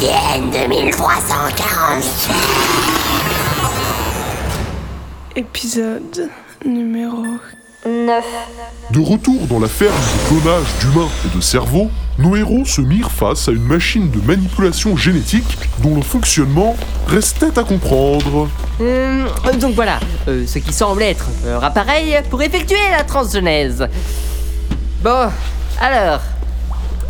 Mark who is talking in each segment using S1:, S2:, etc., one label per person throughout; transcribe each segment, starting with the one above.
S1: Ienne 2347.
S2: Épisode numéro
S3: 9.
S4: De retour dans la ferme de clonage d'humains et de cerveaux, nos héros se mirent face à une machine de manipulation génétique dont le fonctionnement restait à comprendre.
S5: Euh, donc voilà, euh, ce qui semble être leur appareil pour effectuer la transgenèse. Bon, alors,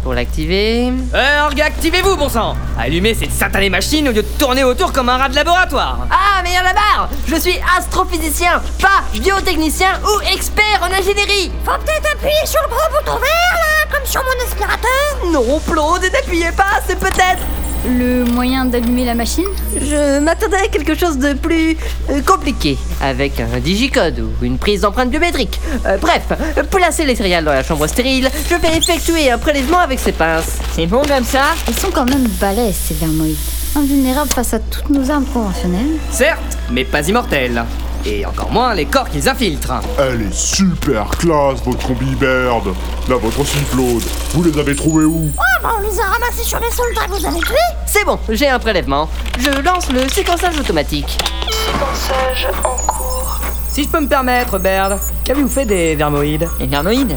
S5: pour l'activer... Euh, orgue, activez-vous, bon sang Allumez cette satanée machine au lieu de tourner autour comme un rat de laboratoire Ah, mais à la barre Je suis astrophysicien, pas biotechnicien ou expert en ingénierie
S3: Faut peut-être appuyer sur le gros bouton vert là, comme sur mon aspirateur.
S5: Non, Claude, n'appuyez pas, c'est peut-être...
S6: Le moyen d'allumer la machine
S5: Je m'attendais à quelque chose de plus euh, compliqué, avec un digicode ou une prise d'empreinte biométrique. Euh, bref, placez les céréales dans la chambre stérile, je vais effectuer un prélèvement avec ces pinces. C'est bon comme ça
S6: Ils sont quand même balèzes, ces vermoïdes. Invulnérables face à toutes nos armes conventionnelles.
S5: Certes, mais pas immortels. Et encore moins les corps qu'ils infiltrent.
S4: Elle est super classe, votre combi Bird. La vôtre aussi, Claude. Vous les avez trouvés où
S3: Ah bah on les a ramassés sur les soldats que vous avez tués.
S5: C'est bon, j'ai un prélèvement. Je lance le séquençage automatique.
S2: séquençage en cours.
S7: Si je peux me permettre, Baird, qu'avez-vous fait des vermoïdes
S5: Les vermoïdes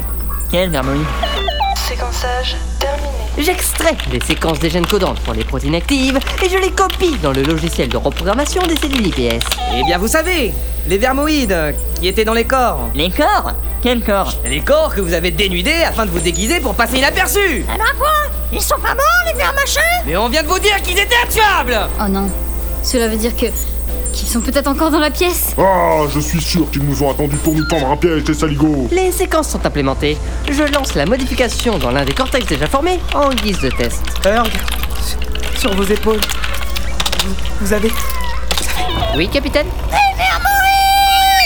S5: Quels vermoïdes
S2: Séquençage terminé.
S5: J'extrais les séquences des gènes codantes pour les protéines actives et je les copie dans le logiciel de reprogrammation des cellules IPS.
S7: Eh bien, vous savez, les vermoïdes euh, qui étaient dans les corps.
S5: Les corps Quel corps
S7: Les corps que vous avez dénudés afin de vous déguiser pour passer inaperçu
S3: Alors Eh ben, quoi Ils sont pas morts les verres machins
S7: Mais on vient de vous dire qu'ils étaient actuables
S6: Oh non. Cela veut dire que. qu'ils sont peut-être encore dans la pièce
S4: Ah, je suis sûr qu'ils nous ont attendus pour nous tendre un piège, les saligots.
S5: Les séquences sont implémentées. Je lance la modification dans l'un des cortex déjà formés en guise de test.
S7: Urg, sur vos épaules, vous, vous avez.
S5: Oui, capitaine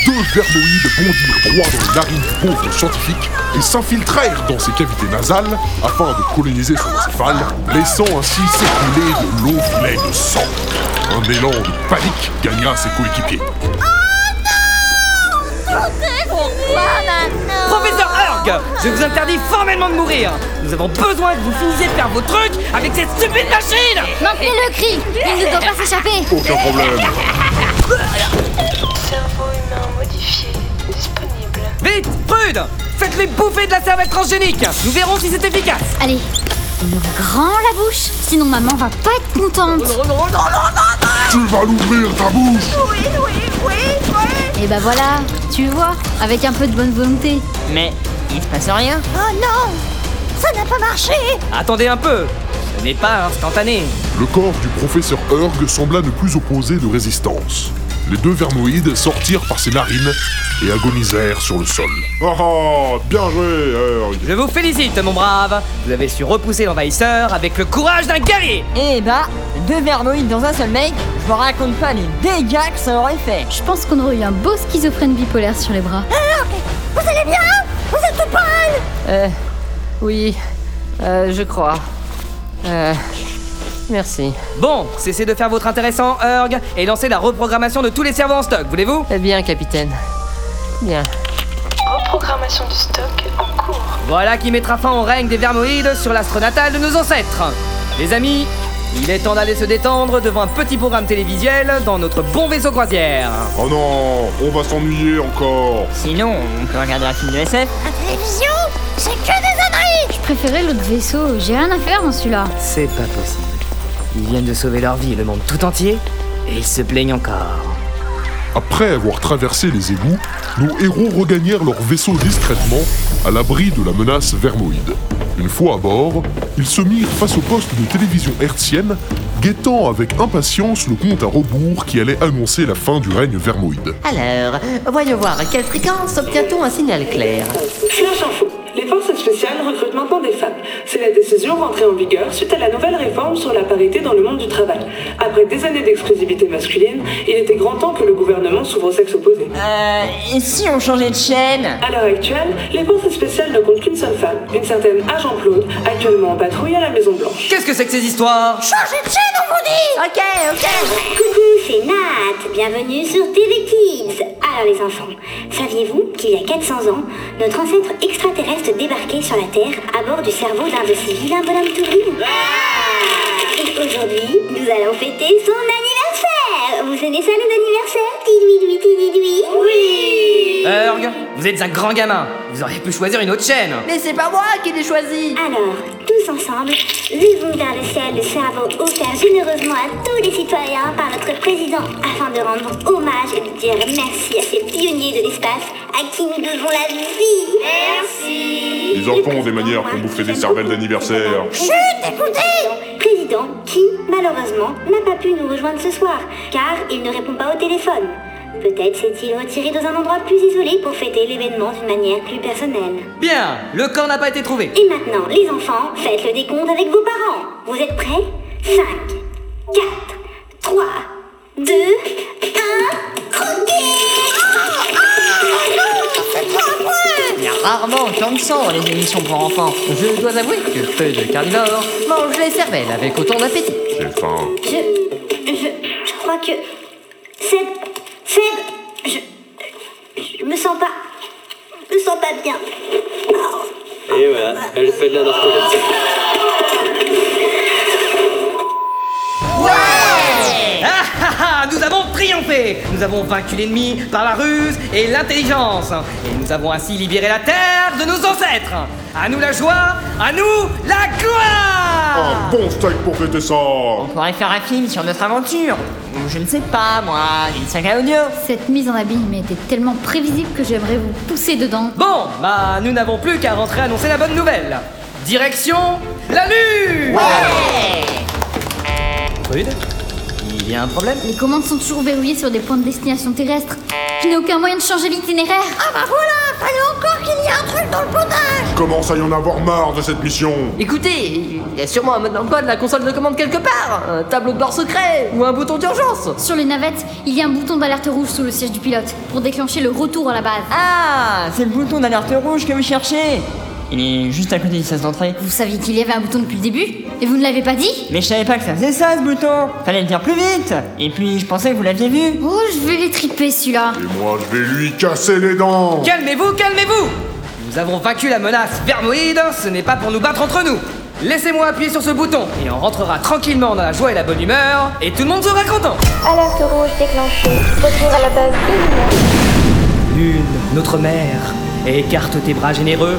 S4: Deux vermoïdes bondirent droit dans les narines du pauvre scientifique et s'infiltrèrent dans ses cavités nasales afin de coloniser son céphale, laissant ainsi s'écouler de longs filets de sang. Un élan de panique gagna ses coéquipiers.
S7: Professeur Urg, je vous interdis formellement de mourir Nous avons besoin que vous finissiez de faire vos trucs avec cette stupide machine
S6: Maintenez le cri Il ne doit pas s'échapper
S4: Aucun problème.
S2: Cerveau humain modifié. Disponible.
S7: Vite, prude Faites-les bouffer de la cervelle transgénique Nous verrons si c'est efficace
S6: Allez, ouvre grand la bouche, sinon maman va pas être contente
S4: Tu vas l'ouvrir ta bouche
S6: Et bah voilà, tu vois, avec un peu de bonne volonté.
S5: Mais il se passe rien.
S3: Oh non Ça n'a pas marché
S7: Attendez un peu Ce n'est pas instantané
S4: Le corps du professeur Hurg sembla ne plus opposer de résistance. Les deux vermoïdes sortirent par ses narines et agonisèrent sur le sol. Ah ah Bien joué, Hurg
S7: Je vous félicite, mon brave Vous avez su repousser l'envahisseur avec le courage d'un guerrier
S5: Eh bah, deux vermoïdes dans un seul mec, je vous raconte pas les dégâts que ça aurait fait.
S6: Je pense qu'on aurait eu un beau schizophrène bipolaire sur les bras.
S3: Vous allez bien Vous êtes tout pâle
S5: Euh, oui, euh, je crois. Euh, merci.
S7: Bon, cessez de faire votre intéressant, Urg, et lancez la reprogrammation de tous les cerveaux en stock, voulez-vous
S5: Eh bien, capitaine. Bien.
S2: Reprogrammation du stock en cours.
S7: Voilà qui mettra fin au règne des vermoïdes sur l'astre natal de nos ancêtres Les amis, il est temps d'aller se détendre devant un petit programme télévisuel dans notre bon vaisseau croisière
S4: Oh non On va s'ennuyer encore
S5: Sinon, on peut regarder un film de SF.
S3: La télévision C'est que des âneries
S6: Je préférais l'autre vaisseau, j'ai rien à faire dans celui-là.
S7: C'est pas possible. Ils viennent de sauver leur vie et le monde tout entier, et ils se plaignent encore.
S4: Après avoir traversé les égouts, nos héros regagnèrent leur vaisseau discrètement, à l'abri de la menace vermoïde. Une fois à bord, ils se mirent face au poste de télévision hertzienne, guettant avec impatience le compte à rebours qui allait annoncer la fin du règne vermoïde.
S5: Alors, voyons voir à quelle fréquence obtient-on un signal clair.
S8: Flash Info. Les forces spéciales recrutent maintenant des femmes. C'est la décision rentrée en vigueur suite à la nouvelle réforme sur la parité dans le monde du travail. Après des années d'exclusivité masculine, il était grand temps que le gouvernement s'ouvre au sexe opposé.
S5: Euh, et si on changeait de chaîne
S8: À l'heure actuelle, les forces spéciales ne comptent qu'une seule femme, une certaine agent Claude, actuellement en patrouille à la Maison Blanche.
S7: Qu'est-ce que c'est que ces histoires
S3: Changez de chaîne, on vous dit
S5: Ok, ok.
S9: Coucou, c'est Nat. Bienvenue sur TV Kids. Alors les enfants, saviez-vous qu'il y a 400 ans, notre ancêtre extraterrestre débarquait sur la Terre à bord du cerveau d'un de ces vilains bonhommes tout gris Et aujourd'hui, allons fêter son anniversaire. Vous aimez ça les anniversaires Tidoui, tidoui, tidoui. Oui.
S7: Urg, vous êtes un grand gamin. Vous auriez pu choisir une autre chaîne.
S5: Mais c'est pas moi qui l'ai choisi
S9: Alors, tous ensemble, levons vers le ciel le cerveau offert généreusement à tous les citoyens par notre président afin de rendre hommage et de dire merci à ces pionniers de l'espace à qui nous devons la vie. Merci.
S4: Ils en font des manières pour bouffer des cervelles d'anniversaire.
S9: Chut, écoutez Président qui, malheureusement, n'a pas pu nous rejoindre ce soir, car il ne répond pas au téléphone. Peut-être s'est-il retiré dans un endroit plus isolé pour fêter l'événement d'une manière plus personnelle.
S7: Bien, le corps n'a pas été trouvé.
S9: Et maintenant, les enfants, faites le décompte avec vos parents. Vous êtes prêts 5, 4, 3, 2, 1,
S5: Il y a rarement autant de sang dans les émissions pour enfants. Je dois avouer que peu de carnivores mangent les cervelles avec autant d'appétit.
S4: J'ai faim.
S9: Je. Je. Je crois que. Seb. Seb. Je. Je me sens pas. Je me sens pas bien.
S10: Et voilà, elle fait de la narcolepsie.
S7: Ah ah ah, nous avons triomphé Nous avons vaincu l'ennemi par la ruse et l'intelligence. Et nous avons ainsi libéré la terre de nos ancêtres. À nous la joie, à nous la gloire
S4: Un bon steak pour fêter ça
S5: On pourrait faire un film sur notre aventure. Ou Je ne sais pas, moi, une saga audio.
S6: Cette mise en abîme était tellement prévisible que j'aimerais vous pousser dedans.
S7: Bon, bah nous n'avons plus qu'à rentrer annoncer la bonne nouvelle. Direction la Lune Druide, Il y a un problème
S6: Les commandes sont toujours verrouillées sur des points de destination terrestre. Je n'ai aucun moyen de changer l'itinéraire.
S3: Ah bah voilà, fallait encore qu'il y ait un truc dans le potage
S4: Commence à y en avoir marre de cette mission
S5: Écoutez, il y a sûrement un mode d'emploi de la console de commande quelque part, un tableau de bord secret ou un bouton d'urgence.
S6: Sur les navettes, il y a un bouton d'alerte rouge sous le siège du pilote pour déclencher le retour à la base.
S11: Ah, c'est le bouton d'alerte rouge que vous cherchez Il est juste à côté du sas d'entrée.
S6: Vous saviez qu'il y avait un bouton depuis le début Et vous ne l'avez pas dit
S11: Mais je savais pas que ça faisait ça ce bouton Fallait le dire plus vite Et puis je pensais que vous l'aviez vu
S6: Oh, je vais les triper celui-là.
S4: Et moi, je vais lui casser les dents
S7: Calmez-vous, calmez-vous Nous avons vaincu la menace vermoïde, ce n'est pas pour nous battre entre nous Laissez-moi appuyer sur ce bouton et on rentrera tranquillement dans la joie et la bonne humeur et tout le monde sera content
S9: Alerte rouge déclenchée. Retour à la base
S7: Lune, notre mère, écarte tes bras généreux,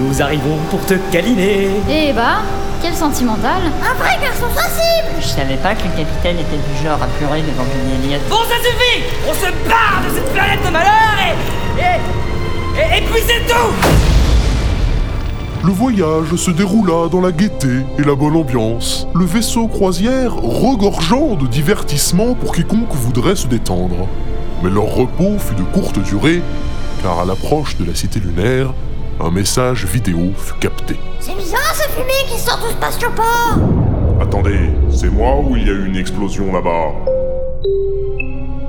S7: nous arrivons pour te câliner
S6: Eh bah, quel sentimental.
S3: Un vrai garçon sensible
S11: Je savais pas que le capitaine était du genre à pleurer devant une alien.
S7: Bon ça suffit On se barre de cette planète de malheur et... et... et, et puis c'est tout
S4: Le voyage se déroula dans la gaieté et la bonne ambiance, le vaisseau croisière regorgeant de divertissements pour quiconque voudrait se détendre. Mais leur repos fut de courte durée, car à l'approche de la cité lunaire, un message vidéo fut capté.
S3: C'est bizarre ces fumées qui sortent du spatioport
S4: Attendez, c'est moi ou il y a eu une explosion là-bas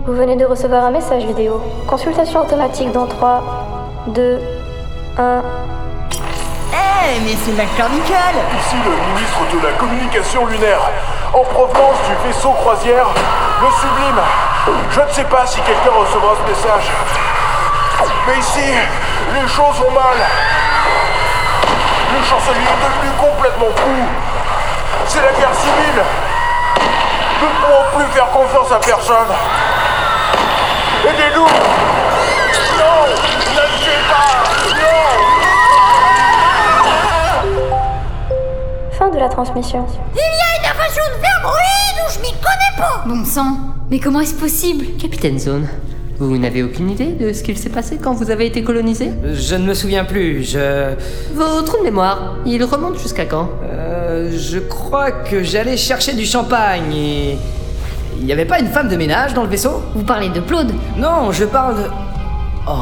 S12: Vous venez de recevoir un message vidéo. Consultation automatique dans 3, 2, 1.
S11: Eh, mais c'est McCormickle
S13: Ici le ministre de la communication lunaire. En provenance du vaisseau croisière, le sublime. Je ne sais pas si quelqu'un recevra ce message. Mais ici, les choses vont mal. Le chancelier est devenu complètement fou. C'est la guerre civile. Nous ne pouvons plus faire confiance à personne. Aidez-nous Non Ne le tuez pas Non
S12: Fin de la transmission.
S3: Il y a une invasion de vermoïdes où je m'y connais pas
S6: Bon sang, mais comment est-ce possible
S5: Capitaine Zone, vous n'avez aucune idée de ce qu'il s'est passé quand vous avez été colonisé
S7: Je ne me souviens plus, je...
S5: Vos trous de mémoire, ils remontent jusqu'à quand
S7: Euh, je crois que j'allais chercher du champagne et... Il n'y avait pas une femme de ménage dans le vaisseau
S6: Vous parlez de Claude
S7: Non, je parle de... Oh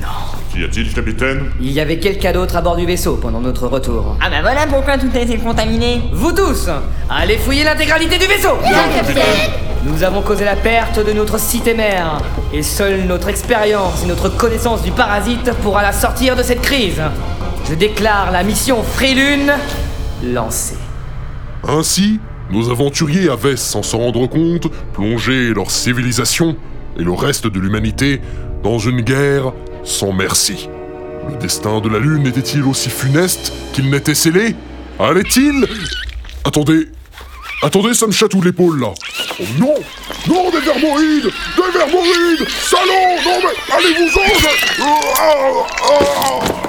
S7: non.
S4: Qu'y a-t-il, capitaine
S7: Il y avait quelqu'un d'autre à bord du vaisseau pendant notre retour.
S11: Ah bah voilà pourquoi tout a été contaminé
S7: Vous tous, allez fouiller l'intégralité du vaisseau Nous avons causé la perte de notre cité mère. Et seule notre expérience et notre connaissance du parasite pourra la sortir de cette crise. Je déclare la mission Frilune lancée.
S4: Ainsi, nos aventuriers avaient, sans s'en rendre compte, plongé leur civilisation et le reste de l'humanité dans une guerre sans merci. Le destin de la Lune était-il aussi funeste qu'il n'était scellé Allait-il Attendez Attendez, ça me chatouille l'épaule là Oh non Non, des vermoïdes Des vermoïdes Salon Non mais allez-vous-en je- Ah, ah, ah.